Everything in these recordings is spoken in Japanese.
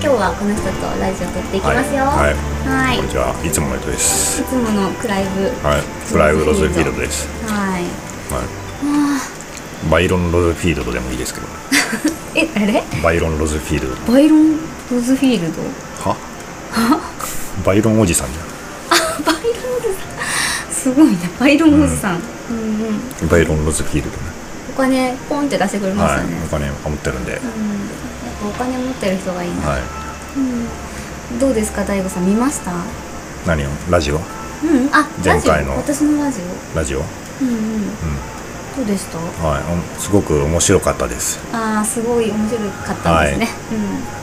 今日はこの人とラジオ撮っていきますよはいはいこんにいちは。いつもの人です。つものクライブはい。フライブロズフィールドです。はいはい。バイロンロズフィールドでもいいですけど。えあれバイロンロズフィールド。バイロン・ロズフィールドは？ バイロンおじさんじゃあバイロン・ロズすごいなバイロン・ロズさん、うん、うんん。バイロンロズフィールドね。お金ポンって出してくれますはよね、い。お金持ってるんで。うんやっぱお金持ってる人がいいな、はうん、どうですか大悟さん見ましたい。何を？ラジオ？うんあ前回ラジのオ私のラジラジオ？うん。オうんうんどうでしたはいうん。すごく面白かったです。ああすごい面白かったですね、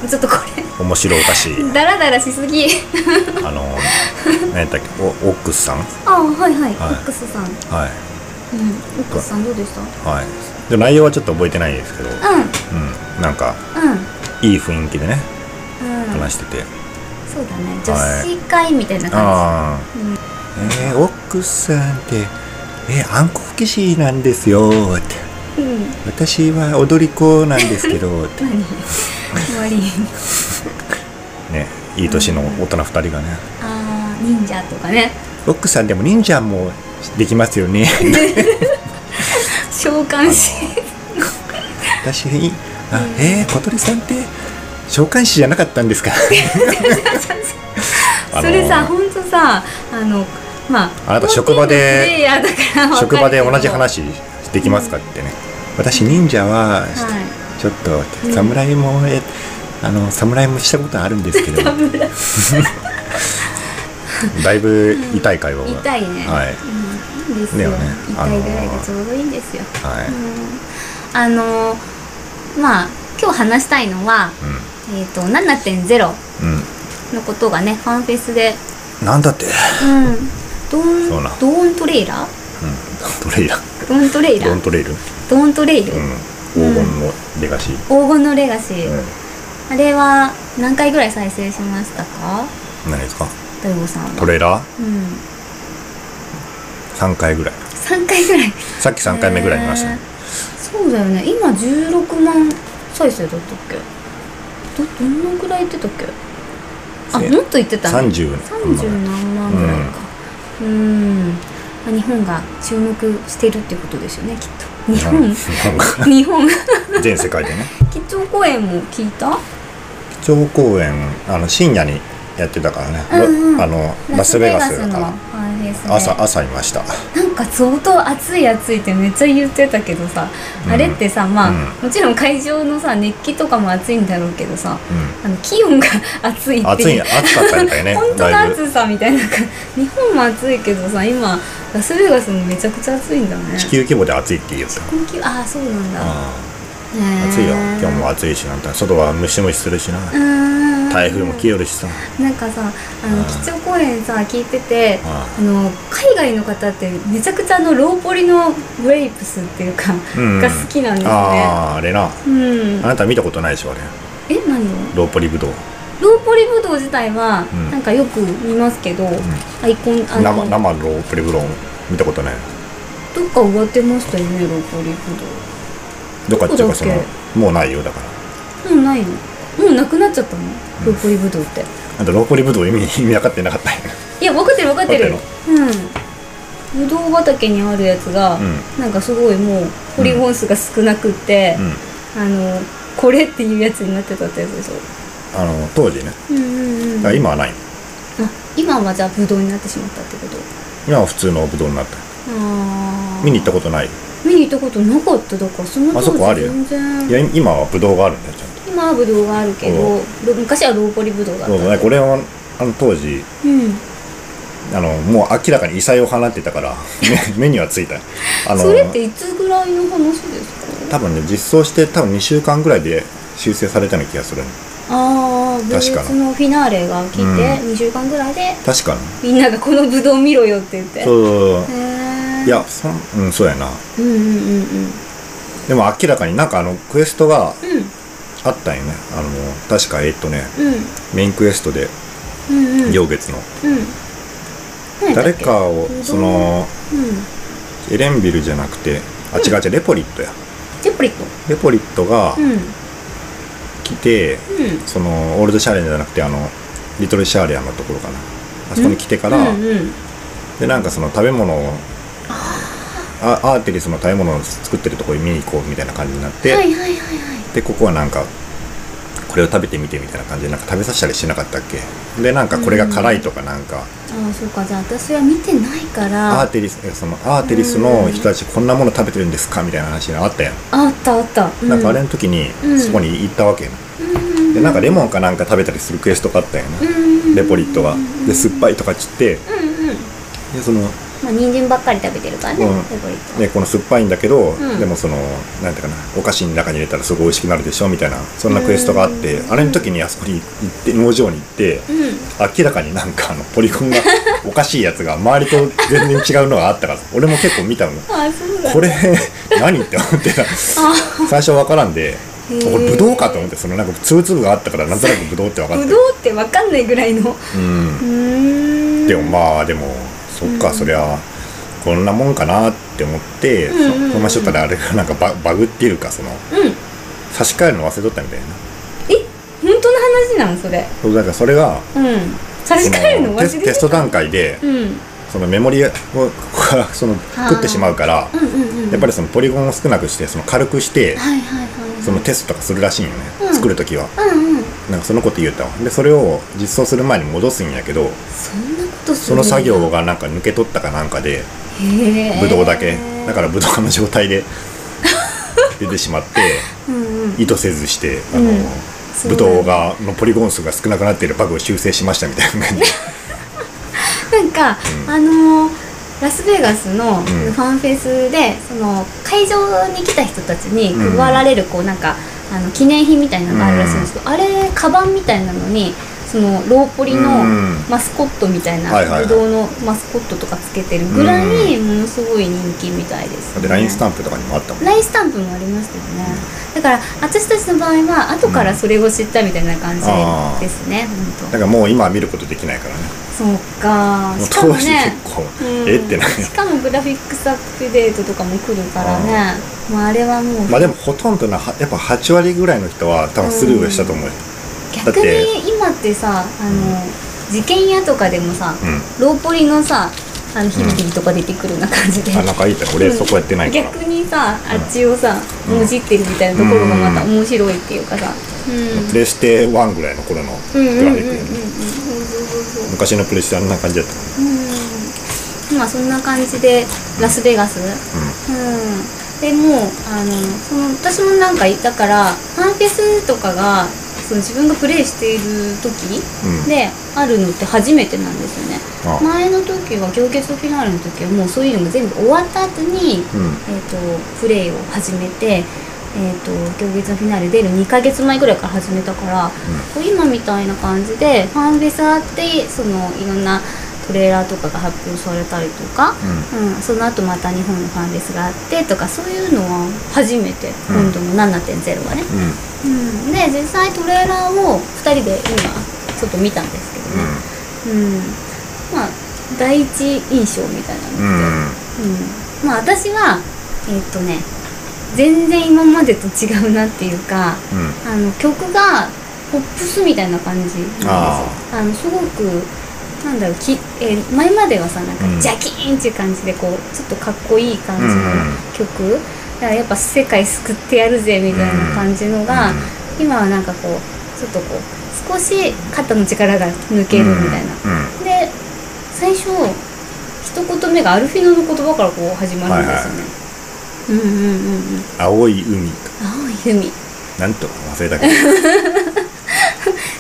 うん、ちょっとこ面白お かしい。れダラダラしすぎあの何やったっけ？おオックスさあん。あはいはい、はオいックスさん、うん、オはい。ックスさんどうでしたうはい。で内容はちょっと覚えてないですけど。んうん。なんかういい雰囲気でねんうん話してて。そうだね女子会みたいな感ああ、えー、奥さんって、えー、暗黒騎士なんですよってじ、うん私は踊り子なんですけ どって何終わりねいい年の大人2人がねああ忍者とかね奥さんでも忍者もできますよ ね召喚し私にあえー、小鳥さんって召喚師じゃなかったんですかあのそれさ、本当さ、あの、まあ。あなた職場でプレイヤーだからわかるけ職ど場で同じ。話できますかってね、私忍者は、はちょっとうん侍も、えあの侍もしたことあるんですけど 侍 だいぶ痛い会話が、い。痛いね。はいうん。いいんですよ。だよね痛あのいぐらいがちょうどいいんですよ。はい、うんうんあの、まあ、今日話したいのは、えっと、7.0うんのことがね、ファンフェスで。なんだって、うん。ドそうーンなん、ドーントレイラーうん、トレイラドーントレイラドンートレイル、うん、ドーントレイル黄金のレガシー、黄金のレガシうー。んあれは、何回ぐらい再生しましたか何ですか大悟さんは。トレーラーうん。 3回ぐらい3回ぐらいさっき3回目ぐらい見ましたへねーそうだよね今16万再生だったっけどどんなぐらい言ってたっけあせもっと言ってたね30 30何万ぐらいかうんまあ日本が注目してるってことですよねきっと日うん本 日本が日本全世界でね基調公演も聞いた基調公演あの深夜にやってたからね、うんうんあのラスベガスだのからファンフェスで朝朝いましたなんか相当暑い暑いってめっちゃ言ってたけどさ、うんあれってさまあ、うんもちろん会場のさ熱気とかも暑いんだろうけどさうんあの気温が暑いっていう暑い暑かったみたい ね本当のだいぶ暑さみたいな感じ日本も暑いけどさ今ラスベガスもめちゃくちゃ暑いんだね地球規模で暑いって言うよさ本気ああそうなんだうん暑いよ今日もは暑いしなんて外はムシムシするしなうん台風も来よるしさなんかさあうのん基調講演さ聞いててうんあの海外の方ってめちゃくちゃあのローポリのグレイプスっていうか、うんが好きなんですねああーあれなうんあなた見たことないでしょあれえ何をローポリブドウローポリブドウ自体は、うんなんかよく見ますけど、アイコンあ生の生ローポリブドウ見たことないどっか植わってましたよねローポリブどっかっていうかそのどこだっもうないよだからドウもうないのもうなくなっちゃったのローポリブドウって、あんたローポリブドウ意味意味 分かってなかったよいや分かってる分かってる分かうんブドウ畑にあるやつが、うなんかすごいもうポリゴン数が少なくってう、んあのこれっていうやつになってたってやつでしょあの当時ねうんうんうんだからあ今はない今はじゃあブドウになってしまったってこと今は普通のブドウになったあー見に行ったことない見に行ったことなかっただからそのあそこ当あ時るよ全然いや今はブドウがあるんだよちゃんと今はブドウがあるけどろ昔はローポリブドウだったそうだねこれはあの当時うんあのもう明らかに異彩を放ってたから目 目にはついたあのそれっていつぐらいの話ですか多分ね実装して多分2週間ぐらいで修正されたような気がするああブドウ確かのフィナーレが来てう2週間ぐらいで確かにみんながこのブドウ見ろよって言ってそうそへうそうえいやそんうんそうやなうんうんうんうんでも明らかになんかあのクエストがうんあったんよねあの確かえっとねうんメインクエストでうんうん行月の、うん何だっ誰けかをうんそのうんエレンビルじゃなくてあ違う違うレポリットやジェプリットレポリットが、うん来てそのオールドシャーレンじゃなくてあのリトルシャーレアのところかなあそこに来てから、うんうんでなんかその食べ物をあアーテリスの食べ物を作ってるところに見に行こうみたいな感じになって、はいはいはいはいでここはなんかこれを食べてみてみたいな感じでなんか食べさせたりしなかったっけでなんかこれが辛いとかなんか、ああそうかじゃあ私は見てないからアあーテリスえそのアーテリスの人たちこんなもの食べてるんですかみたいな話があったやん、ったあった、うなんかあれの時にうんそこに行ったわけやな、うんでなんかレモンかなんか食べたりするクエストがあったよな、うんレポリットがで酸っぱいとかっつってうんうんでその、まあ人参ばっかり食べてるからね、うんレポリットはね、この酸っぱいんだけど、んでもそのなんていうかなお菓子の中に入れたらすごい美味しくなるでしょみたいなそんなクエストがあって、うんあれの時にあそこに行って農場に行って、うん明らかになんかあのポリ コンがおかしいやつが周りと全然違うのがあったから俺も結構見たのあそうだこれ何って思ってた最初わからんでへーこれブドウかと思ってそのなんか粒々があったからなんとなくブドウって分かってぶるどうってわかんないぐらいのううんーんでもまあでもそっか、そりゃこんなもんかなって思って、うんうんうんそそのまましとったらあれが なんかババグっていうかそのうん差し替えるの忘れとったみたいなえ本当の話なんそれそうだからそれがうん差しそ替のえるの忘れテてスたテスト段階で、うんうんそのメモリを その食ってしまうから、うんうんやっぱりりそのポリゴンを少なくしてその軽くして、はいはいはいそのテストとかするらしいんよね、うん作る時はうんうんなんかそのこと言うたわでそれを実装する前に戻すんやけどそんなことすそるんだの作業がなんか抜け取ったかなんかでへえブドウだけだからブドウの状態で出てしまってうんうん意図せずしてあの、うんそうブドウがのポリゴン数が少なくなっているバグを修正しましたみたいな感じなんか、うんあのーラスベガスのフんァンフェスで、その会場に来た人たちにうん配られるこうなんかあの記念品みたいなのがあるらしいんですけど、あれカバンみたいなのにそのローポリのうんマスコットみたいな、はいはいはいブドウのマスコットとかつけてるぐらい、うものすごい人気みたいです、で LINE スタンプとかにもあったもんラインスタンプもありましたよね、だから私たちの場合は後からそれを知ったみたいな感じですね、だ本からもう今は見ることできないからね当そうかもうしかも当時ね結構、うんえってなるしかもグラフィックスアップデートとかも来るからねもうあれはもう、まあでもほとんどなはやっぱ8割ぐらいの人は多分スルーしたと思うよ、だっ逆てに今ってさあの事件屋とかでもさ、うんローポリのさあのヒルティとか出てくるような感じで、あ仲いいって俺そこやってないから、逆にさあっちをさもじってるみたいなところがまた面白いっていうかさうんプレステ1ぐらいの頃のうグんうんうんうんうラんフィック、そうそうそうそう昔のプレステあんな感じだったうんまあそんな感じでラスベガスうん、でもうあのその私もなんかいたからファンフェスとかがその自分がプレイしている時うんうんであるのって初めてなんですよねあ前の時は行月フィナーレの時はもうそういうのが全部終わった後に、うんえっとプレイを始めて、えっと行月のフィナーレ出る2ヶ月前ぐらいから始めたから、こう今みたいな感じでファンフェスあってそのいろんなトレーラーとかが発表されたりとか、うん、その後また日本のファンレスがあってとかそういうのは初めて、うん今度の7.0はね、うんうんうん、で実際トレーラーを2人で今ちょっと見たんですけどね、うんまあ第一印象みたいなのって、うんうんうんまあ私はえっとね全然今までと違うなっていうかうんあの曲がポップスみたいな感じなんですよああのすごくなんだろうき、えー前まではさなんかうんジャキーンっていう感じでこうちょっとかっこいい感じのうん曲、だからやっぱ世界救ってやるぜみたいな感じのが、うん今はなんかこうちょっとこう少し肩の力が抜けるみたいな、うんで最初一言目がアルフィノの言葉からこう始まるんですよね、うんうんうんうん青い海と青い海なんとか忘れたけど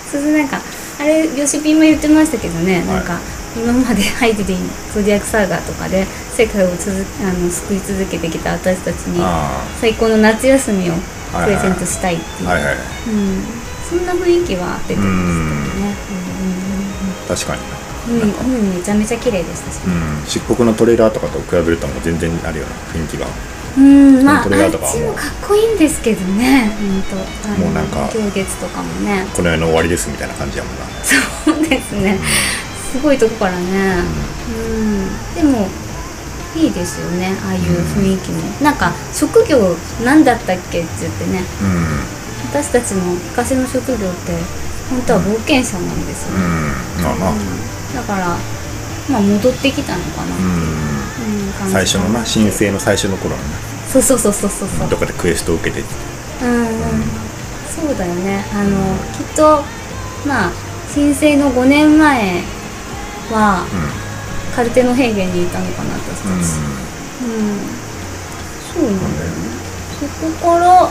それなんかあれよしぴんも言ってましたけどね、いなんか今までハイディンゾディアックサーガーとかで世界を続あの救い続けてきた私たちにあ最高の夏休みをはプいはいレゼントしたいってあいう、はいはいうん、そんな雰囲気は出てうまんす確かにね、うんうんうんうん、海海めちゃめちゃ綺麗でしたしね、うん漆黒のトレーラーとかと比べるともう全然あるよな雰囲気がうん、まああトレーラーとかっちもかっこいいんですけどね本当もうなんか行月とかもねこの世の終わりですみたいな感じやもんなそうですね。すごいとこからね。うん。でもいいですよね。ああいう雰囲気も。なんか職業なんだったっけって言ってね。うん私たちの昔の職業って本当は冒険者なんですよね、うんまあまあうんだからまあ戻ってきたのかな、ううん感んじ最初のな申請の最初の頃のなそうそうそうそうそうそうどこでクエストを受けてうんうんそうだよねあのきっとまあ申請の5年前はうんカルテノ平原にいたのかな私たうんちうんそうなんだよねそこから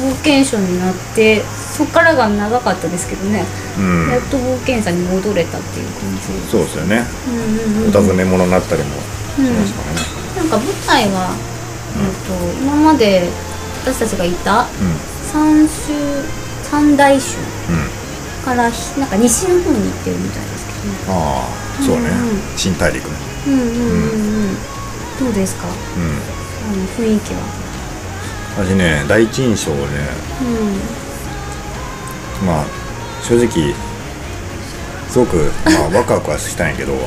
冒険者になってそこからが長かったですけどね、うんやっと冒険者に戻れたっていう感じそうですよねうんうんうんお尋ね者になったりもうんしますからねなんか舞台は、えっと今まで私たちがいたうん三州三大州うんからひなんか西の方に行ってるみたいですけどねああそううねんうん新大陸ねうんうんうんうんどうですかうんあの雰囲気は私ね第一印象ねうまあ正直すごく、まあ、 ワクワクはしたんやけどんうん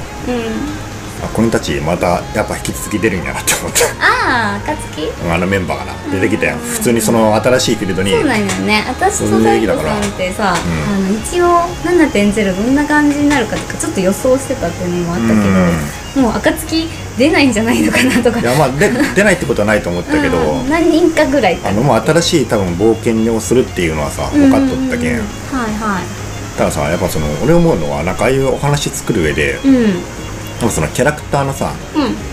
あこの人たちまたやっぱ引き続き出るんやなって思った ああ暁あのメンバーがな出てきたやんうん普通にその新しいフィールドにそうなんよね私と大悟さんってさ、うあの一応7.0どんな感じになるかとかちょっと予想してたっていうのもあったけど、もう暁出ないんじゃないのかなとかいやまあで出ないってことはないと思ったけど、うん何人かぐらいかあのもう新しい多分冒険をするっていうのはさ分かっとったけうん,、んうんうんはいはたださやっぱその俺思うのはなんかああいうお話作る上で、いうんうんでもそのキャラクターのさ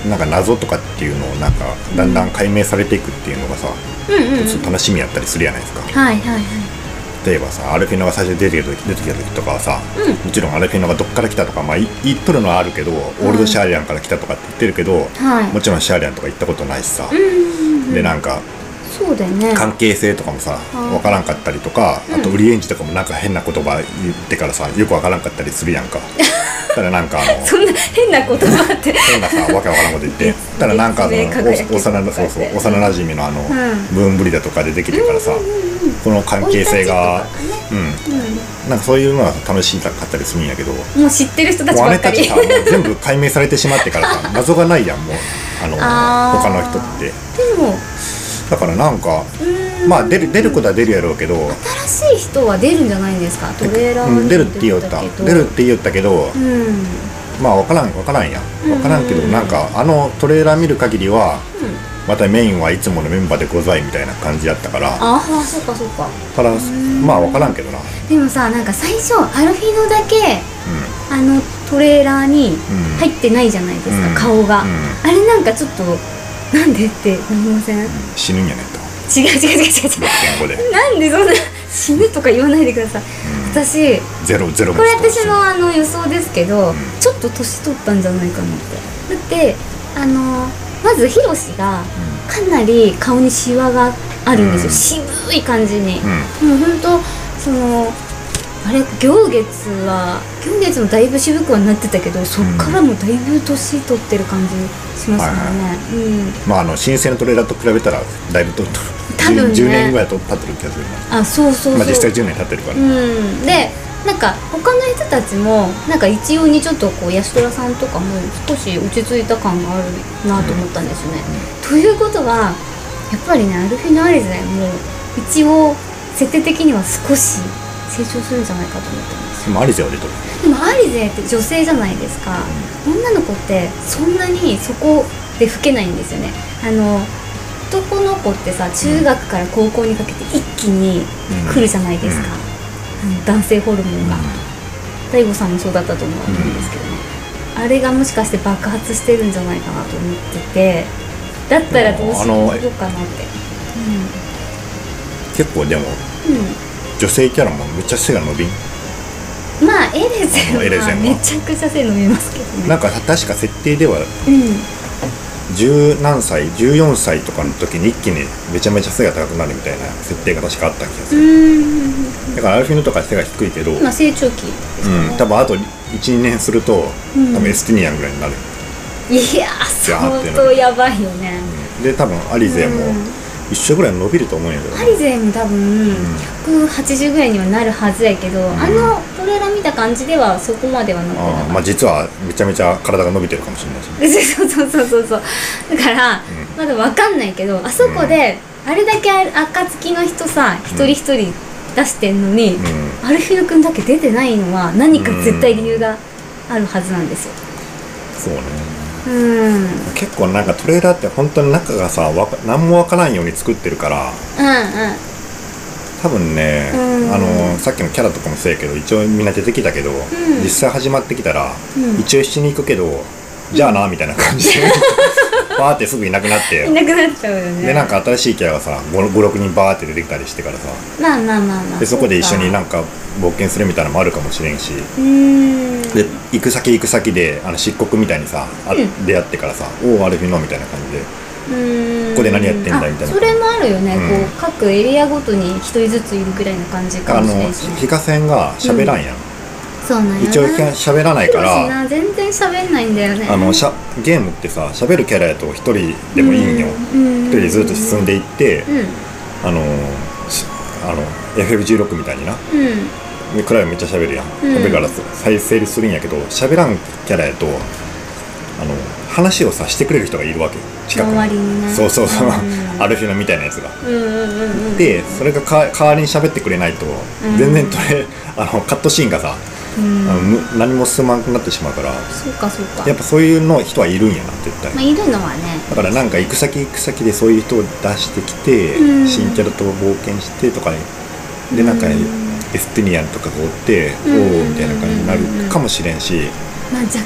なんか謎とかっていうのをなんかだんだん解明されていくっていうのがさ、うんうんうんちょっと楽しみやったりするやないですかはいはいはい例えばさアルフィーナが最初に出てきた時出てきた時とかはさ、もちろんアルフィーナがどっから来たとか、まあ、い言っとるのはあるけど、オールドシャーリアンから来たとかって言ってるけど、はいもちろんシャーリアンとか行ったことないしさ、うんうんでなんかそうだよね関係性とかもさうん分からんかったりとか、あと売りエンジとかもなんか変な言葉言ってからさよく分からんかったりす るやんかただなんかあのそんな変な言葉って変なさわけわからんこと 言ってただなんかあの別名輝きお幼なそうそう幼なじみのあの、んブーンブリだとか出てきてからさ、この 関係性が生い立ちとかううんなんかそういうのは楽しかったりするんやけどんもう知ってる人たちもうあばれっかたちりさもう全部解明されてしまってから さ謎がないやんもうあのあー他の人ってでもだからなんかうーんまあ出る出ることは出るやろうけど新しい人は出るんじゃないんですかトレーラーうはん出るって言っ出たけど出るって言ったけど、うんまあ分からん分からんやうん分からんけど、なんかあのトレーラー見る限りはまたメインはいつものメンバーでございみたいな感じだったからだああそっかそっかからまあ分からんけどなうんでもさなんか最初アルフィーノだけあのトレーラーにうん入ってないじゃないですか、うん顔が、うんあれなんかちょっとなんでって思いません違う死ぬんやねんと違う違う違う6.5で違 うなんでそんな死ぬとか言わないでください私ゼロゼロこれ持つと私のあの予想ですけど、んちょっと年取ったんじゃないかなってだってあのまずヒロシがかなり顔にシワがあるんですよ、渋い感じに、うんうんもうほんとそのあれ行月は行月もだいぶ渋くはなってたけどそっからもだいぶ年取ってる感じしますもんね、うんまああの新鮮なトレーラーと比べたらだいぶと多分ね 10, 年ぐらいと経ってる気がするなあそうそうそう、まあ実際10年経ってるから、うん、でなんか他の人たちもなんか一様にちょっとこう八代さんとかも少し落ち着いた感があるなと思ったんですよね。ということはやっぱりねアルフィーナ・アリゼも一応設定的には少し成長するんじゃないかと思ったんですよでもアリゼは出とるでもアリゼって女性じゃないですか女の子ってそんなにそこで老けないんですよねあの男の子ってさ中学から高校にかけて一気に来るじゃないですか、あの男性ホルモンが大悟さんもそうだったと思うんですけどね、あれがもしかして爆発してるんじゃないかなと思っててだったらどうしよあのうかなって結構でもうん、うん女性キャラもめっちゃ背が伸びんまあエレゼンあのエレゼはンはめちゃくちゃ背伸びますけどねなんか確か設定でうはん十何歳14歳とかの時に一気にめちゃめちゃ背が高くなるみたいな設定が確かあった気がすうる、ーんだからアルフィーノとか背が低いけど、うん、今成長期ですかね、多分あと12年するとうん多分エスティニアンぐらいになる、いやー相当やばいよねで多分アリゼもうん一緒ぐらい伸びると思うんやけどアリゼも多分180ぐらいにはなるはずやけど、あのトレーラー見た感じではそこまではなってなかあっあまあ実はめちゃめちゃ体が伸びてるかもしれないし、たそうそうそうそうそうだから、まだわかんないけどあそこであれだけある暁の人さ一人一人出してんのに、うんアルフィード君だけ出てないのは何か絶対理由があるはずなんですよ。そうねうん、うん、うん結構なんかトレーラーって本当に中がさわか何もわからんように作ってるから多分ね、うんあのさっきのキャラとかもそうやけど一応みんな出てきたけど、実際始まってきたら、うん一応しに行くけどじゃあな、みたいな感じで バーってすぐいなくなっていなくなっちゃうよね。でなんか新しいキャラがさ56人バーって出てきたりしてからさまあまあまあまあ。でそこで一緒になんか。んか冒険するみたいなのもあるかもしれんしうーん。で行く先行く先であの漆黒みたいにさ、あうん出会ってからさ「おおアルフィノ」みたいな感じでこここで何やってんだみたいなそれもあるよね、うんこう各エリアごとに一人ずついるぐらいの感じかあものしれないしねヒカセンが喋らんやん、そうなんや一応ひか喋らないかヒロシらな全然喋んないんだよねあのしゃゲームってさ喋るキャラやと一人でもいいんようん一人でずっと進んでいってうんあのしあの FF16 みたいになうんでクライムめっちゃ喋るやんうんだから再生するんやけど喋らんキャラやとあの話をさしてくれる人がいるわけ近く周りにねそうそうそう、うんアルフィナみたいなやつがうんうんうんうんでそれがか代わりに喋ってくれないとうん全然とれ、あのカットシーンがさ、うんあのむ何も進まなくなってしまうからそうかそうかやっぱそういうの人はいるんやな絶対、まあいるのはねだからなんか行く先行く先でそういう人を出してきて、うん新キャラと冒険してとかでなんか、うんエスティニアンとかがおって、うんおおみたいな感じになるかもしれんし、まあじゃ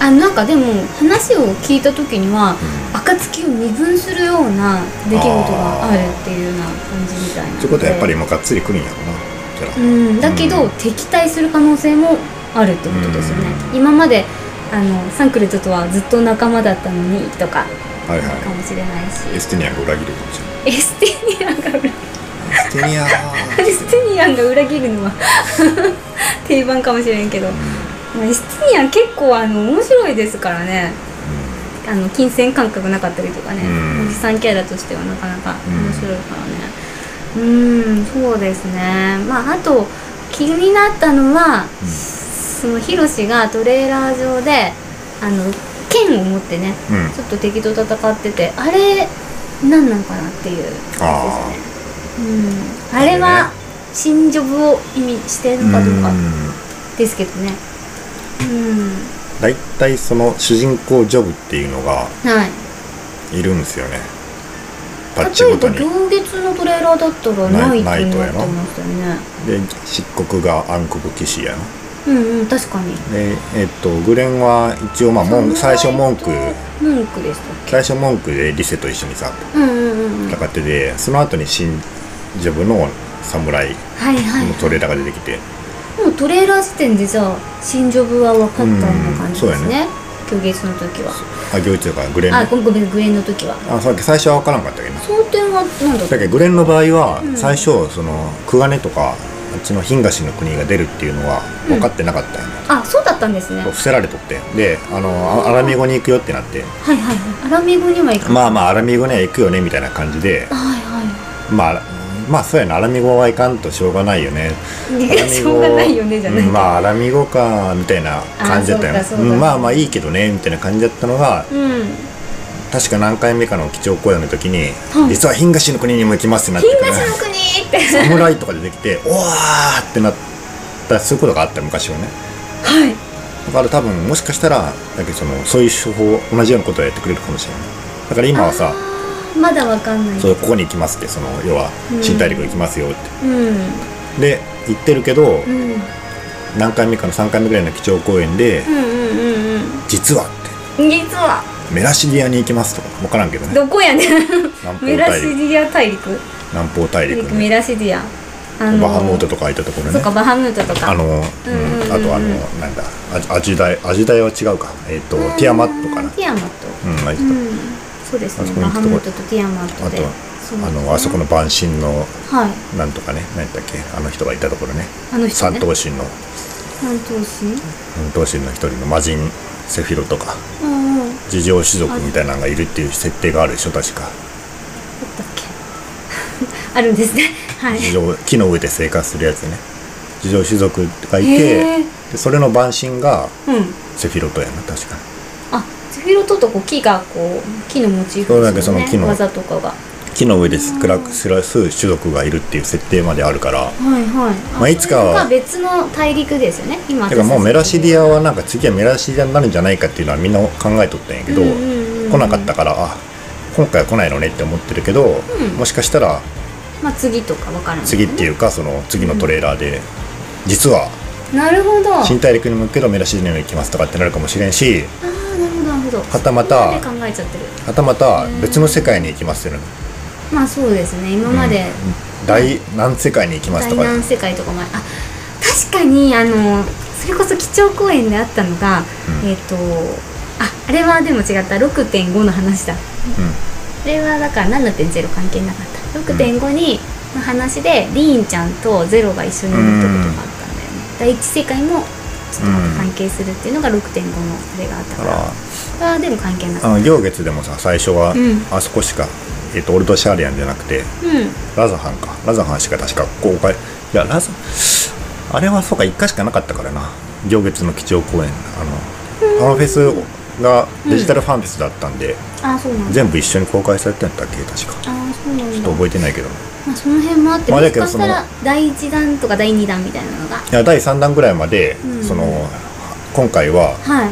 あなんかでも話を聞いた時には暁を二分するような出来事があるっていうような感じみたいなのでということはやっぱりもうがっつり来るんやろなキャラ、うん、だけど、うん敵対する可能性もあるってことですよね、今まであのサンクルトとはずっと仲間だったのにとかはあいるかはもしれないし、いエスティニアンが裏切るかもしエスティニアンが裏切るれないエスティニアンエスティニアンが裏切るのは 定番かもしれんけど、まあ、エスティニアン結構あの面白いですからねあの金銭感覚なかったりとかね、うんおじさんキャラとしてはなかなか面白いからねうんそうですねまああと気になったのは、うんそのヒロシがトレーラー上であの剣を持ってねうん、うんちょっと敵と戦っててあれ何なんかなっていう感じですねうんあれあれはね新ジョブを意味してるのかどうかうんですけどねうん大体その主人公ジョブっていうのがはいいるんですよねパッチ例えごとばに行月のトレーラーだったらなないいっていうのないにとなやなってましたよねで漆黒が暗黒騎士やなうんうん確かにでえっとグレンは一応まあ文句最初文句文句でしたっ最初文句でリセと一緒にさけうんうんうんうんはい戦ってでその後に新ジョブの侍はいのトレーラーが出てきてもうトレーラー時点でじゃあ新ジョブは分かったような感じうんそでうやすねね行月の時はあ行一だからグレンのあごごめんグレンの時はあさっき最初は分からんかったけどな争点は何だっただけどグレンの場合はうん最初そのクガネとかあっちのヒンガシの国が出るっていうのは分かってなかったよねあそうだったんですねはい伏せられとってであのあアラミゴに行くよってなってはいはいアラミ語には行くまあまあアラミゴには行くよねみたいな感じではいはまあまあそうやなアラミゴは行かんとしょうがないよね い逃げしょうがないよねじゃないうんまあアラミゴかみたいな感じだったよあねそうだそうだうんまあまあいいけどねみたいな感じだったのがうん確か何回目かの基調講演の時に、はい実はヒンガシの国にも行きますってなって金河市の国ってサムライとか出てきて「おわ!」ってなったそういうことがあった昔はねはいだから多分もしかしたらだけどそのそういう手法同じようなことをやってくれるかもしれないだから今はさあーまだわかんないそうここに行きますってその要はうん新大陸行きますよって、うんで行ってるけど、うんうん何回目かの3回目ぐらいの基調講演でうんうんうん「実は」って実はメラシディアに行きますとか分からんけどねどこやねん南方メラ大シデ陸ィア大陸南方大陸、メね、ラシディアあバハムートとかああいったとこそろうねかバハムートとかあの、うんうんうんうんあとあのなんだアアジダイアジダイは違うかえっ、とうんティアマットかなティアマッうんああいトうったんそうですあねそこにバ行くハとこムートとティアマットであとうですあねのあそこの晩神のはいなんとかね何だっけあの人がいたところねあの人三ね頭身の三頭身三頭身の一人の魔人セフィロとかうんうんだっ事情種族みたいなのがいるっていう設定があるでしょ確かけ あるんですねはい事情木の上で生活するやつね事情種族がいへてえでそれの晩神がうんセフィロトやな確かあセフィロトとこう木がこう木のモチーフそうなんかその木の技とかが木の上で暮らす種族がいるっていう設定まであるからはいはい。まあいつかはそれが別の大陸ですよね。今。だからもうメラシィディアはなんか次はメラシディアになるんじゃないかっていうのはみんな考えとったんやけど、うんうんうん来なかったからあ今回は来ないのねって思ってるけど、うんもしかしたらまあ次とかわからない。次っていうかその次のトレーラーで、実はなるほど。ああ新大陸に向けどメラシディアにも行きますとかってなるかもしれんしーなるほどなるほど。はたまたそこまで考えちゃってる。はたまた別の世界に行きますよね、まあそうですね。今まで大何世界に行きます大とか南世界とかもああ確かにあのそれこそ基調講演であったのが、うんえっ、とああれはでも違った6.5の話だ。うこれはだから7.0関係なかった6.5にの話で、リーンちゃんとゼロが一緒にいるってことがあったんだよね、第一世界もちょっとまた関係するっていうのが6.5のあれがあったんかだからら、それはでも関係なあかっの行月でもさ最初はうんあそこしか、えっとオルドシャーリアンじゃなくてたうんラザハンかラザハンしか確か公開いやラザあれはそうか1回しかなかったからな行月の基調公演あのファンフェスがデジタルファンフェスだったんで、あそうなんだ全部一緒に公開されてんだっけ確かあそうなんちょっだと覚えてないけどまあ、その辺もあって、まあもだしけどかしたそら第1弾とか第2弾みたいなのがいや第3弾ぐらいまで、うんその今回ははい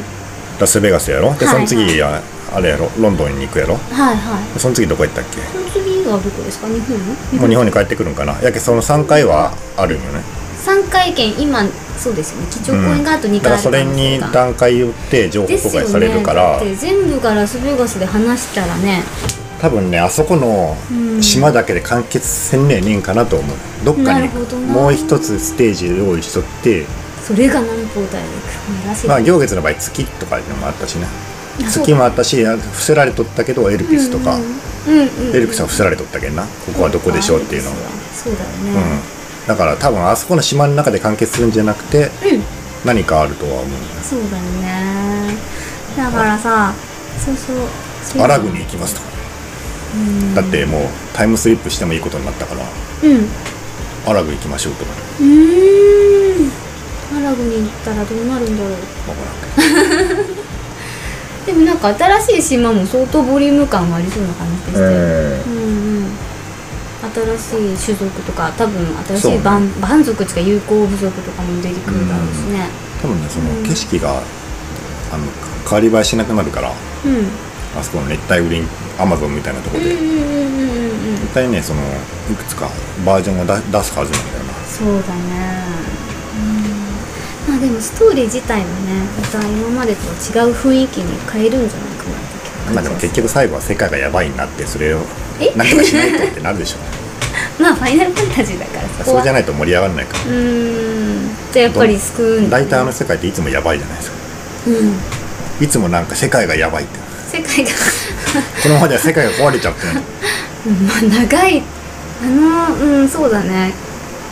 ラスベガスやろはでいそはのい次はあれやろロンドンに行くやろはいはいでその次どこ行ったっけその次がどこですか日本のもう日本に帰ってくるんかなやけその3回はあるんよね3回券今そうですよね基調講演があと2回あだからるそれに段階よって情報で公すよ開ねされるから、だって全部がラスベガスで話したらね多分ねあそこのうん島だけで完結せんねえねんかなと思うどっかなにるほどなもう一つステージ用意しとってそれが南方大陸らしい、まあ行月の場合月とかいうのもあったしねあそう月もあったしあ伏せられとったけどエルピスとか、うんうんうんうんエルピスは伏せられとったけんなここはどこでしょうっていうのを、そうだよね、うん、だから多分あそこの島の中で完結するんじゃなくてうん何かあるとは思うねそうだよねだからさそうそうそうアラグに行きますとかうんだってもうタイムスリップしてもいいことになったからうんうアラグ行きましょうとかーんアラグに行ったらどうなるんだろうわからんけどでもなんか新しい島も相当ボリューム感がありそうな感じでしたよね、うんうん、新しい種族とか多分新しい蛮,、蛮族とか友好部族とかも出てくるだろうしね多分ねそのうん景色が、あの変わり映えしなくなるからうんあそこの熱帯雨林アマゾンみたいなとこうろんうで、んうんうんうんうん絶対ねそのいくつかバージョンをだ出すはずなんだよなそうだねうんまあでもストーリー自体はねまた今までと違う雰囲気に変えるんじゃないかなってまあでも結局最後は世界がやばいになってそれをえなんとかしないとってなるでしょまあファイナルファンタジーだからそこそうはじゃないと盛り上がらないからうーんじゃあやっぱり救うんだ、大ね、体あの世界っていつもやばいじゃないですかうんいつもなんか世界がやばいって世界が このままじゃ世界が壊れちゃ ってるうんまあ長いあのうんそうだね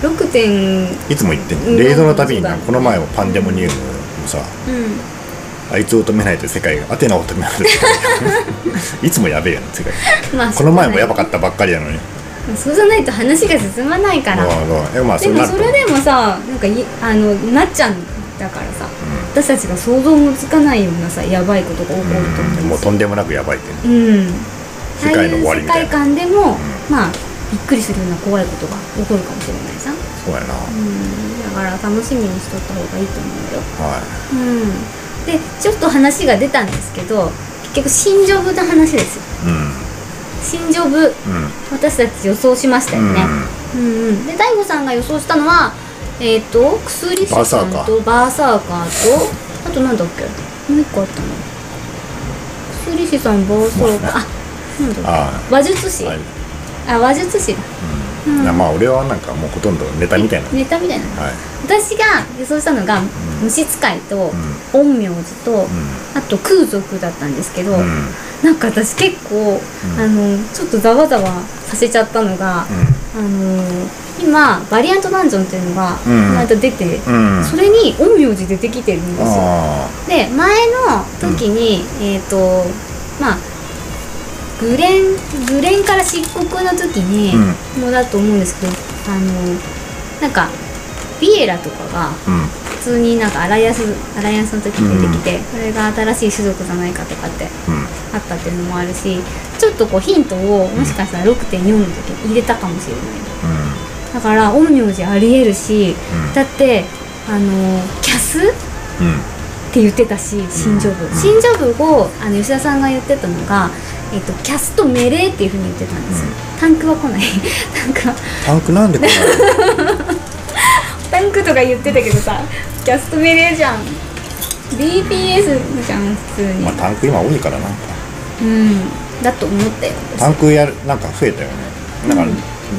6.5いつも言ってうんん冷蔵のたびにそうだなねこの前はパンデモニウムもさうんあいつを止めないと世界がアテナを止めないと世界がいつもやべえやん世界まあこの前もやばかったばっかりやのにそうじゃないと話が進まないからまあまあえまあでうもなるそとれでもさなんかいあのなっちゃんだからさ、私たちが想像もつかないようなさやばいことが起こるとうん思もううでんすとよんでもなくやばいってねうん世界の終わりみああたいう世界いな観でも、まあびっくりするような怖いことが起こるかもしれないじゃん、うそうやな、ん、だから楽しみにしとった方がいいと思うよはうんでちょっと話が出たんですけど結局新ジョブの話ですよいうん新ジョブうん私たち予想しましたよね、うんうん、で大悟さんが予想したのはえっ、ー、と薬師バーサさんーカーとバーサーカーとあとなんだっけもう一個あったの薬師さんバーサーカーあなんだっあけ話術師あはいあ話術師だうんうんなまあ俺はなんかもうほとんどネタみたいなネタみたいなはい私が予想したのが虫使いと陰陽師とうあと空族だったんですけど、んうんうんなんか私結構、うんあのちょっとざわざわさせちゃったのが、あの今バリアントダンジョンっていうのがこうんの間出て、うんそれに陰陽師出てきてるんですよあで前の時に、えっ、とまあグレングレンから漆黒の時に、もだと思うんですけどあのなんかビエラとかがあうん通になんかアライアンスアライアンスの時に出てきて、これが新しい種族じゃないかとかってうんあったっていうのもあるしちょっとこうヒントをもしかしたら6.4の時に入れたかもしれないだから陰陽師ありえるし、うんだってあのキャスうんうんって言ってたし新ジョブ新ジョブをあの吉田さんが言ってたのが、えっとキャスト命令っていうふうに言ってたんですよ、タンクは来ない タンクはタンクなんでこんなのタンクとか言ってたけどさキャスト命令じゃん BPS じゃん普通に、まあ、タンク今多いからなうんだと思ったよタンクやるなんか増えたよねなんか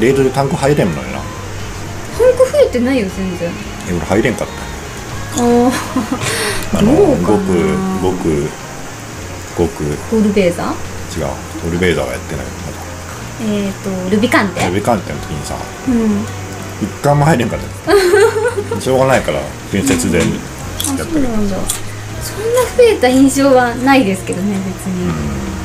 レールでタンク入れんのよなタンク増えてないよ全然え俺入れんかったああどうかごくなごくごく違うゴルベーザートルベーザーがやってないまえっ、とルビカンテだルビカンテの時にさうん一回も入れんかったよしょうがないから建設でやあそうったけどなんだそんな増えた印象はないですけどね別に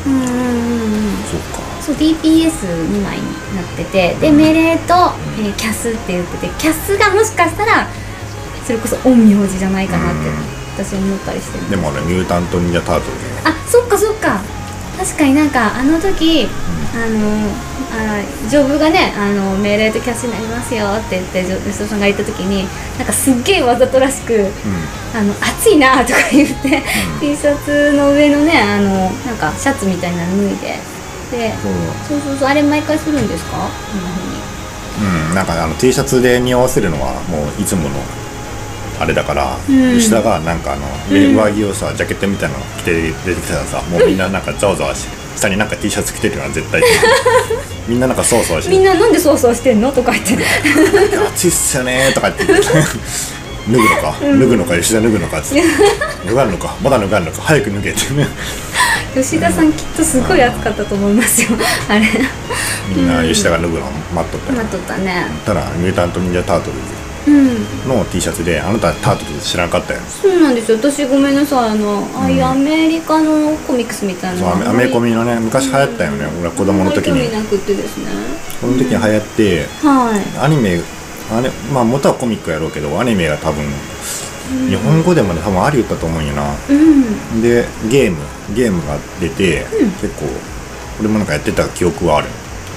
うんうんうんうんそうかそう BPS2 枚になっててで命令と、えーキャスって言っててキャスがもしかしたらそれこそ陰陽師じゃないかなってうん私思ったりしてるでも俺ミュータント・ニンジャ・タートルねあそっかそっか確かになんかあの時あのあジョブがねあの命令とキャスになりますよって言ってジョ吉田さんが言った時になんかすっげえわざとらしくあの暑いなとか言って T シャツの上のねあのなんかシャツみたいなの脱いででうんそうそうそうそうあれ毎回するんですかこんな風にうん、なんかあの T シャツで匂わせるのはもういつものあれだから、うん吉田がなんかあので上着をさジャケットみたいなの着て出てきたらさもうみんななんかざわざわして下になんか T シャツ着てるよう な絶対みんななんかそわそわしてみんななんでそうそうしてんのとか言って「暑いっすよね」とか って言って脱ぐのか脱ぐのか吉田脱ぐのかっつって脱がんのかまだ脱がんのか早く脱 げってね吉田さんきっとすごい暑かったと思いますよあ れみんな吉田が脱ぐのを待っとったよ今撮ったねただミュータント・ニンジャ・タートルうんの T シャツであなたタートル知らんかったよそうなんですよ私ごめんなさいあのああいうアメリカのコミックスみたいなそうのアメアメコミのね昔流行ったよね俺は子供の時あんまり興に味なくってですねこの時に流行ってはいアニメあれまあ元はコミックやろうけどアニメが多分日本語でもね多分あり言ったと思うんよなうんでゲームゲームが出て結構俺もなんかやってた記憶はある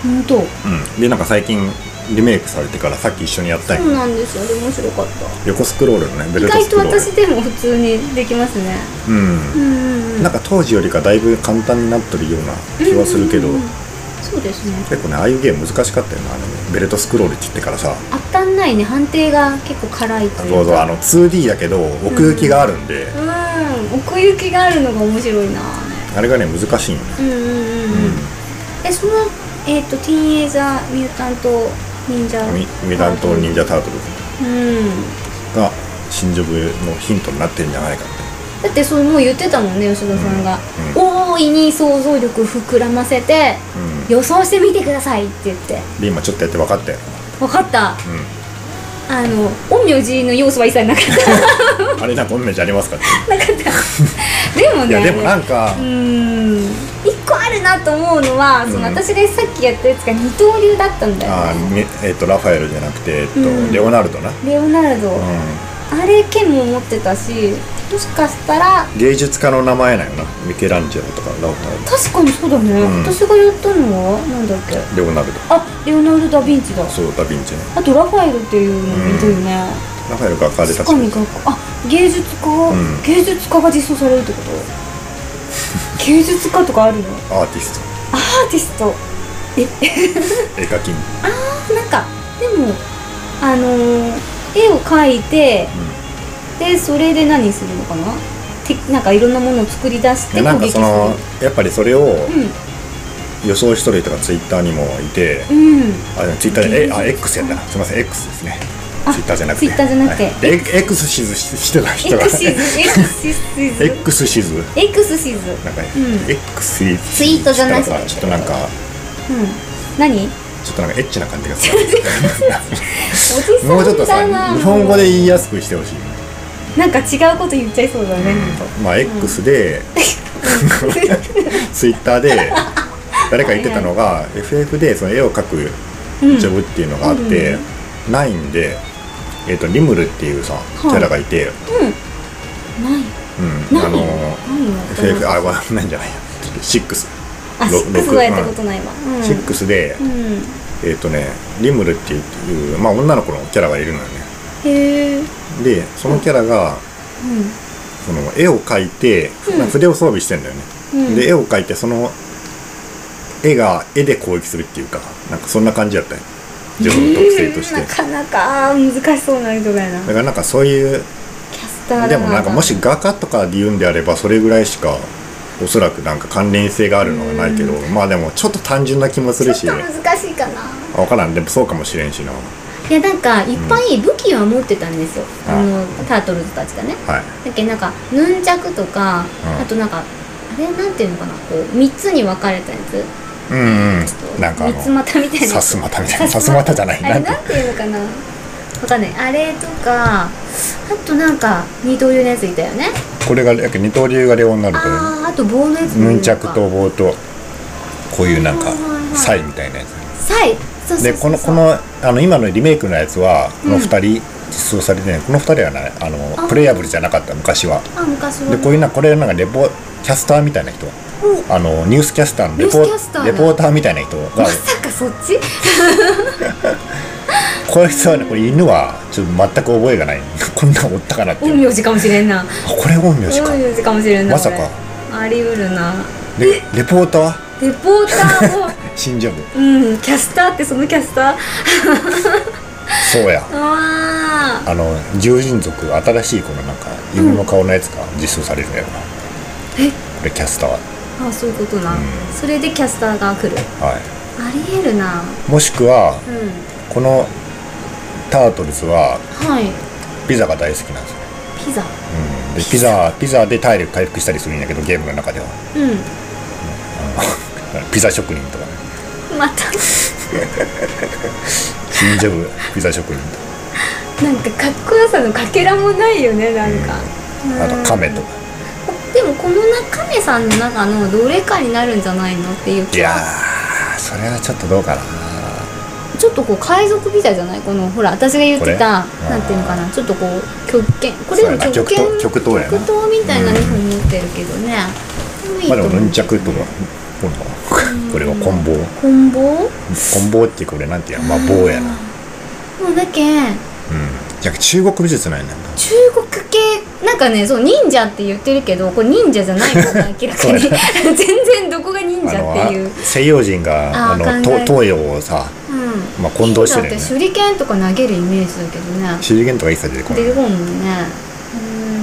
本当うんでなんか最近リメイクされてからさっき一緒にやったんそようなんですよあれ面白かった横スクロールのねベ意ルト外スクとロール私でも普通にできますねうんうんうんうんなんか当時よりかだいぶ簡単になってるような気はするけど、うんうんうんそうですね結構ねああいうゲーム難しかったよなあのベルトスクロールって言ってからさ当たんないね判定が結構辛いといそううそうかあの 2D だけど奥行きがあるんで、うん奥行きがあるのが面白いなあれがね難しいんよねうんうんうんう、うん、えそのえっ、とティーンエイザーミュータント忍者んミミダント忍者タートルうんが新ジョブのヒントになってるんじゃないかってだってそれもう言ってたもんね吉田さんが、大いに想像力膨らませて、う予想してみてくださいって言ってで今ちょっとやって分かったよ、分かったうあの陰陽師の要素は一切なかっ ん、あれなんかおんめじありますかってたなかったでもね いやでもなんかうーん一個あるなと思うのは、そのうん私がさっきやったやつが二刀流だったんだあよねーみえっとラファエルじゃなくて、えっとうんレオナルドな、うん、レオナルド、あれ剣も持ってたしもしかしたら芸術家の名前なんよなミケランジェロとかラオタ確かにそうだね、うん私がやったのはなんだっけレオナルドあレオナルド・ダ・ヴィンチだそうダ・ヴィンチのあとラファエルっていうのもいたよね、ラファエルが書かれた確かに学あ芸術家、ん芸術家が実装されるってこと 芸術家とかあるのアーティスアーティストト絵描きなんかでもあのー絵を描いて、でそれで何するのかなてなんかいろんなものを作り出してでなん攻か撃すそるのやっぱりそれをう予想しとる人がツイッターにもいて、んうんあでもツイッターでえあ X やったなすみません X ですねあツイッターじゃなくて Twitter じゃなくてはいで X シズしてた人エがクシズ エクシズ X シズエクスシズなんか、ねうん X シズツイートじゃなくてしたらさちょっとなんかうん 何ちょっとなんかエッチな感じがすおじるもうちょっとささんだな日本語で言いやすくしてほしい、なんか違うこと言っちゃいそうだね、まあ X で、ツイッターで誰か言ってたのが FF でその絵を描くジョブっていうのがあって、ないんでえっとリムルっていうさキャラがいて、ないうんないあなのいよー、FF あわないんじゃないや6あろシックスはやったことないわうんシックスで、うんえっ、とねリムルっていう、まあ、女の子のキャラがいるのよねへえうんでそのキャラが、その絵を描いて、うん筆を装備してんだよね、うんで絵を描いてその絵が絵で攻撃するっていうかなんかそんな感じだったよ自分の特性として、うんなかなか難しそうな人がやなだからなんかそういうキャスターだでもなんかもし画家とかで言うんであればそれぐらいしかおそらくなんか関連性があるのはないけど、まあでもちょっと単純な気もすちょるっとし難しいかな分からんでもそうかもしれんしなはいやなんかいっぱい武器は持ってたんですよ、うんあのタートルズたちがねいだけどなんかヌンチャクとか、うんあとなんかあれなんていうのかなこう3つに分かれたやつうんうんなんかあ三つの股みたいなさすまたみたいな さすまたじゃないあれなんてなんていうのかなわかんないあれとかあとなんか二刀流のやついたよねこれがなんか二刀流がレオになるとあああと棒のやつもいヌるンのチかャクと棒とこういうなんかはいはいはいサイみたいなやつサイそうそうそうでこのこのあの今のリメイクのやつはこのうん2人実装されてないこの2人はねあのあプレイヤブルじゃなかった昔はあ昔はねでこういうなこれなんかレポキャスターみたいな人あのニュースキャスターのレポニュースキャスターレだポーターみたいな人ま がさかそっちこいつはねこれ犬はちょっと全く覚えがないこんなんおったかなっていう陰陽師かもしれんなあこれ本名しか陰陽師かもしれんなまさか俺あり得るなでレポーターレポーターを 死んじゃううんキャスターってそのキャスターそうやああの獣人族新しいこのなんか犬の顔のやつが実装されるんやろな、えこれキャスターはーあそういうことな、それでキャスターが来るいありえるなもしくはうんこのタートルズははいピザが大好きなんですよ、ねピザうん、でピザピザで体力回復したりするんやけどゲームの中ではうんピザ職人とかねまた死んじ ゃうピザ職人とかなんかかっこよさのかけらもないよねなんか、うんあとカメとかでもこのなカメさんの中のどれかになるんじゃないのっていうい気やはーそれはちょっとどうかなちょっとこう海賊みたいじゃないこのほら私が言ってたこれなんていうのかなちょっとこう極限これでもそうやな極限極東極東やな極東みたいな2本持ってるけどね、いいまとあで思もうヌンチャクとかこのこれはこん棒ここん棒ん棒ってこれなんていうのまあ棒やなうんもうだけんじゃあ中国美術なんやな中国系なんかねそう忍者って言ってるけどこれ忍者じゃないことが明らかにそう 全然どこが忍あ者のっていうあ西洋人があーあの考えと東洋をさ、うんまあ、混同してだっるてよね手裏剣とか投げるイメージだけどね手裏剣とか一切出てこない出てこんもんね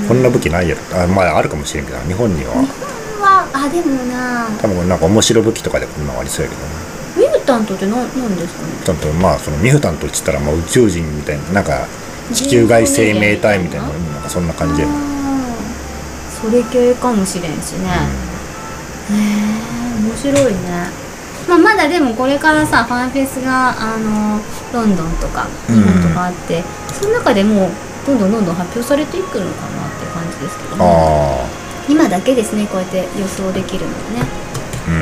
こんな武器ないやろあまああるかもしれんけど日本にはうんはあでもな多分なんか面白武器とかでこんなんありそうやけどねミュータントってななんですかねちょっとまあそのミフタンと言ったらまあ宇宙人みたいななんか地球外生命体みたいな人なんかそんな感じやなあーそれ系かもしれんしね、へえ面白いね、まあ、まだでもこれからさファンフェスがあのロンドンとかうん日本とかあって、その中でもうどんどんどんどん発表されていくのかなって感じですけどね、あ今だけですねこうやって予想できるのはねあう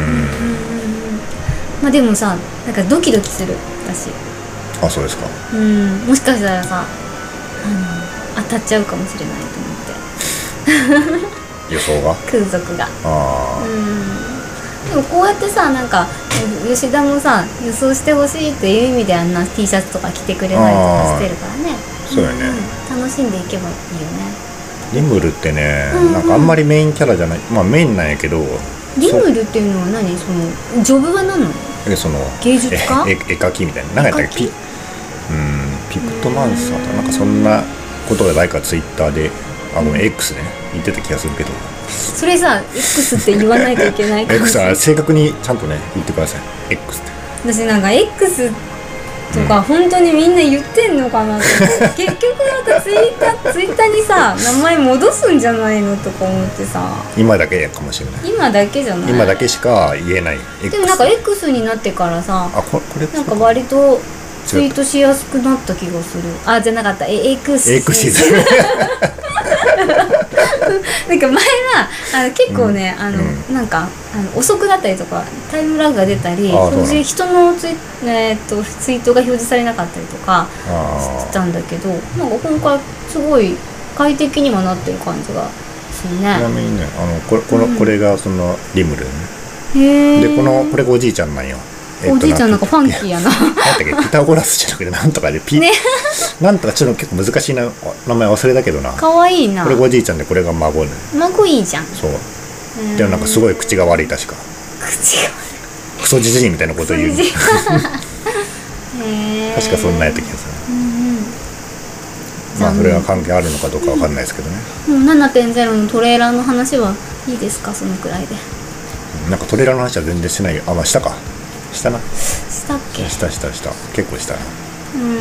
んまあでもさなんかドキドキする私あそうですかうんもしかしたらさあの当たっちゃうかもしれないと思って予想が空族があうんでもこうやってさなんか吉田もさ予想してほしいっていう意味であんな T シャツとか着てくれたりとかしてるからねーそうだよねん楽しんでいけばいいよあリムルってねうんうんなんかあんまりメインキャラじゃないまあメインなんやけどねリムルっていうのは何そのジョブは何なのえその芸術家ええ絵描きみたいななんかやったっけ絵描きピうんピクトマンサーとかなんかそんなことが誰かツイッターであごめん X ね言ってた気がするけどそれさ X って言わないといけないかもし X れないは正確にちゃんとね言ってください X って私なんか X とか本当にみんな言ってんのかなと思って 結局なんかツイッターツイッターにさ名前戻すんじゃないのとか思ってさ今だけかもしれない今だけじゃない今だけしか言えない X でもなんか X になってからさあこれこれなんか割とツイートしやすくなった気がするあじゃなかったえ X X ですなんか前はあの結構ね、あの、うなんかあの遅くなったりとかタイムラグが出たりあーそうなの表示人のツイ,、えーっとツイートが表示されなかったりとかしてたんだけどなんか今回すごい快適にはなってる感じがするちなね。みにねあのこれこの、うんこれがそのリムルンへーでこのこれがおじいちゃんなんよえっとおじいちゃんなんかファンキーやな。なんだっけピタゴラスじゃなくてなんとかでピ、ねなんとかちょっと結構難しいなお名前忘れたけどなこ可愛いな。れがおじいちゃんでこれが孫ね孫いいじゃん。そうでもなんかすいごい口が悪い確か口がクソじじいみたいなこと言 うそういう字確へーかそんなやった気がするうんうんまあそれが関係あるのかどうかわかんないですけどね、もう7.0のトレーラーの話はいいですかそのくらいでなんかトレーラーの話は全然してないよあまあしたかしたなしたっけしたしたした結構したなうんうんう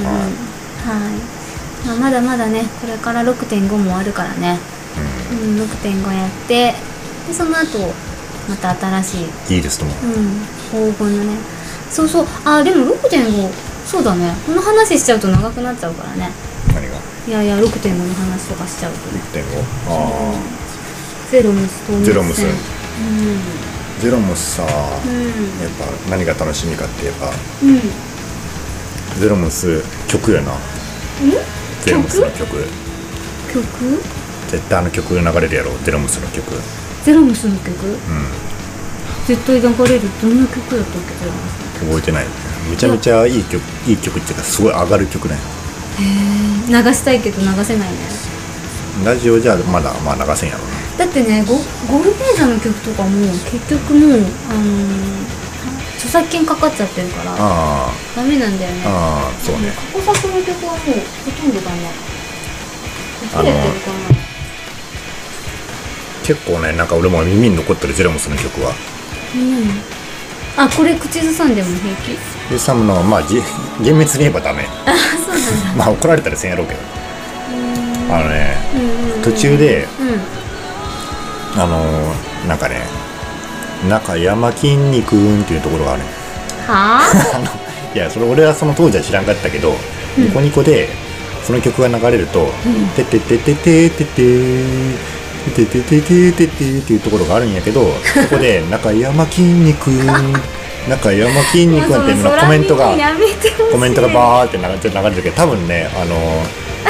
んはいはい、まあ、まだまだねこれから6.5もあるからね、うん、6.5やってでその後また新しい、いいですと思ううん、黄金のねそうそうあでも6.5そうだねこの話しちゃうと長くなっちゃうからね何がいやいや6.5の話とかしちゃうとね1.5あゼロムスとゼロムスうんあゼロもさやっうぱ何が楽しみかって言えばんうんゼロムス曲やなゼロムスの曲曲絶対あの曲流れるやろゼロムスの曲うんゼロムスの曲絶対流れるどんな曲だったっけゼロム覚えてないめちゃめちゃいい曲いい曲っていうかすごい上がる曲ねス流したいけど流せないねラジオじゃまだまあ流せんやろうだなってねゴゴールデンザの曲とかも結局もう、あのー著作権かかっちゃってるからあダメなんだよねあああそうね過去作の曲はもうほとんどだなあの隠ーれてるかな結構ねなんか俺も耳に残ってるゼロムスの曲はうんあこれ口ずさんでも平気でサムのまあじ厳密に言えばダメ まあ怒られたらせんやろうけどあのねうんうん途中でうんあのーなんかね中山筋肉くんっていうところがあるはあ いやそれ俺はその当時は知らんかったけど、ニコニコでその曲が流れると「てててててててててててててて」っていうところがあるん やけどそこで「中山筋肉中山筋肉」っていうのコメントがもうその空耳やめてほしいコメントがバーって流れて流れてるけど多分ね あの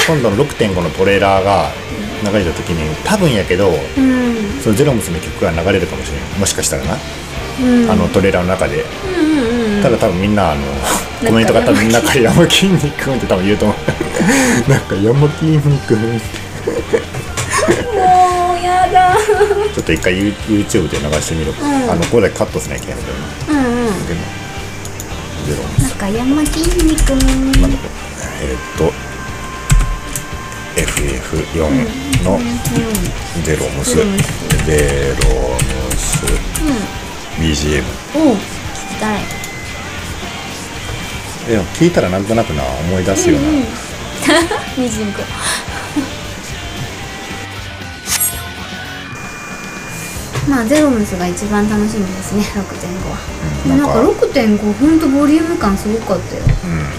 今度の6.5のトレーラーが流れた時に多分やけどうんそのゼロムスの曲が流れるかもしれないもしかしたらな、うんあのトレーラーの中でうんうんうんただ多分みん なあのうんコメントが多分ななんんかか山筋肉って多分言うと思 うなんか山筋肉ってもうやだちょっと一回 You- YouTube で流してみろ、んあのここでカットしなきゃいけないんうだよなんうんでもゼロムス中山きんに君なんだこれえーっと FF4 のゼロムスゼゼロムロムス BGM うんを聞きたいでも聞いたらなんとなくな思い出すような、みじん くまあゼロムスが一番楽しみですね6.5は、うんでなんかなんか6.5ほんとボリューム感すごかったよ、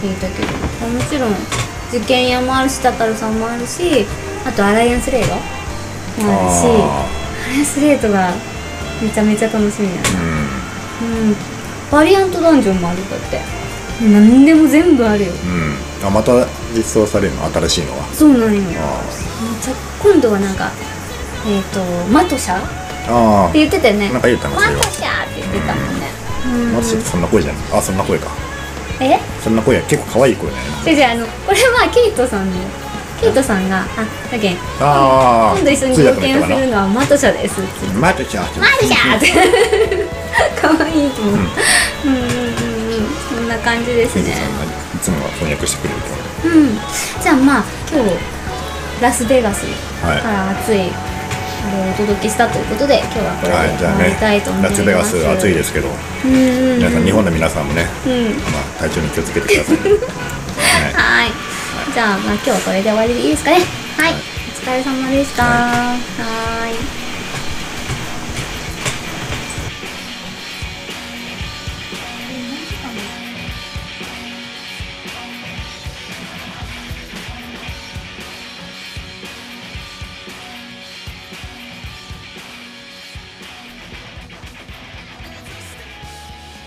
聞いたけどもちろん受験屋もあるしタタルさんもあるしあとアライアンスレイドもあるしあアライアンスレイドがめちゃめちゃ楽しみだなーうんうんバリアントダンジョンもあるんだって何でも全部あるようん、あまた実装されるの新しいのはそうなんよめっあちゃ今度はなんかえっ、とマトシャっああて言ってたよねなんか言うたなマそれトはシャって言ってたもんねうん私そんな声じゃないあそんな声かえそんな声は結構可愛い声だよねじゃじゃあのこれはケイトさんのケイトさんがあだけんああ今度一緒に通冒訳の険人をかすなるのはマトシャですって言ってマルちゃんママトシャって 可愛いと思う、うん、うんうんうんそんな感じですケイねジさんがいつもは翻訳してくれると思ううん、じゃあまあ今日ラスベガスかはいら暑い、あれをお届けしたということで今日はこれはいでじ終ゃあわりたいと思いまねラす、スベガス暑いですすけどうんうんうん皆さん日本の皆さんもねうんまあ体調に気をつけてください ねははいじゃあまあ今日はこれで終わりでいいですかねはい、お疲れ様でしたははーい